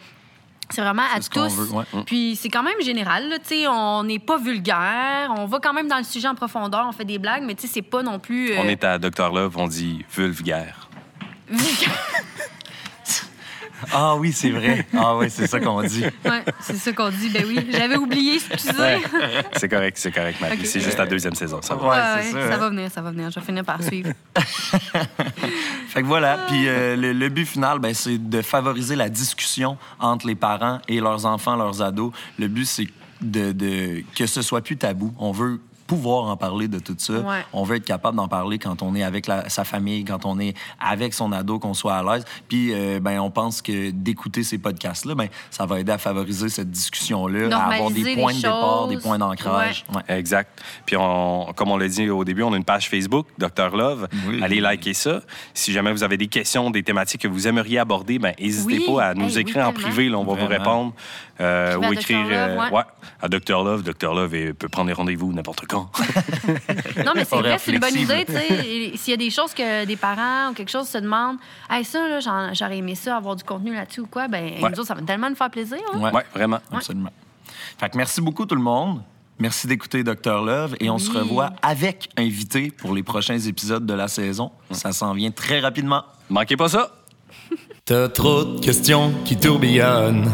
Speaker 4: c'est vraiment à
Speaker 3: Mm. C'est ce qu'on
Speaker 4: tous.
Speaker 3: veut, ouais. Mm.
Speaker 4: Puis c'est quand même général, là, tu sais, on n'est pas vulgaire, on va quand même dans le sujet en profondeur, on fait des blagues, mais tu sais, c'est pas non plus. euh,
Speaker 2: On est à Docteur Love, on dit vulgaire.
Speaker 4: vulgaire.
Speaker 3: Ah oui, c'est vrai. Ah oui, c'est ça qu'on dit.
Speaker 4: Ouais, c'est ça qu'on dit, ben oui. J'avais oublié, excusez.
Speaker 2: C'est correct, c'est correct, Marie.
Speaker 4: Ok.
Speaker 2: C'est juste la deuxième saison, ça va.
Speaker 3: Ouais,
Speaker 4: Ouais,
Speaker 3: c'est
Speaker 4: ouais,
Speaker 3: ça. hein.
Speaker 4: ça va venir, ça va venir. Je vais finir par suivre.
Speaker 3: Fait que voilà.
Speaker 4: Ah.
Speaker 3: Puis euh, le, le but final, ben, c'est de favoriser la discussion entre les parents et leurs enfants, leurs ados. Le but, c'est de, de- que ce soit plus tabou. On veut pouvoir en parler de tout ça.
Speaker 4: Ouais.
Speaker 3: On veut être capable d'en parler quand on est avec la- sa famille, quand on est avec son ado, qu'on soit à l'aise. Puis, euh, ben, on pense que d'écouter ces podcasts-là, ben, ça va aider à favoriser cette discussion-là, à avoir
Speaker 4: Normaliser
Speaker 3: des
Speaker 4: les
Speaker 3: points de départ, des
Speaker 4: choses.
Speaker 3: points d'ancrage. Ouais.
Speaker 2: Exact. Puis, on, comme on l'a dit au début, on a une page Facebook, Dr Love.
Speaker 3: Oui.
Speaker 2: Allez liker ça. Si jamais vous avez des questions, des thématiques que vous aimeriez aborder, ben n'hésitez
Speaker 4: Oui.
Speaker 2: pas à nous
Speaker 4: Hey, oui,
Speaker 2: écrire en
Speaker 4: tellement.
Speaker 2: privé. là, on va vous
Speaker 3: Vraiment.
Speaker 2: répondre. Euh,
Speaker 4: Écrivez à
Speaker 2: ou
Speaker 4: Dr.
Speaker 2: écrire euh,
Speaker 4: Love, ouais.
Speaker 2: ouais, à Dr Love. Dr Love et peut prendre des rendez-vous n'importe quand.
Speaker 4: Non, mais c'est vrai,
Speaker 3: Horaire
Speaker 4: c'est une bonne
Speaker 3: flexible.
Speaker 4: idée. tu sais. Et S'il y a des choses que des parents ou quelque chose se demandent, hey, ça, là, j'en- j'aurais aimé ça, avoir du contenu là-dessus ou quoi, ben, nous
Speaker 2: Ouais.
Speaker 4: autres, ça va tellement nous faire plaisir. hein.
Speaker 3: Ouais.
Speaker 2: Ouais, vraiment.
Speaker 3: Absolument. Fait que merci beaucoup tout le monde. Merci d'écouter Dr Love et on se
Speaker 4: Oui.
Speaker 3: revoit avec invité pour les prochains épisodes de la saison. Ça s'en vient très rapidement.
Speaker 2: Manquez pas ça.
Speaker 1: T'as trop de questions qui tourbillonnent.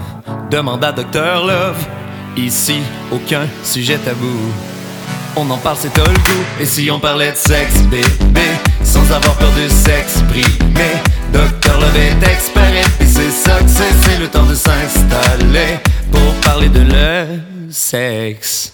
Speaker 1: Demande à Docteur Love. Ici, aucun sujet tabou. On en parle, c'est tout le goût. Et si on parlait de sexe, bébé, sans avoir peur de s'exprimer, Docteur Love est expert et c'est ça que c'est. C'est le temps de s'installer pour parler de le sexe.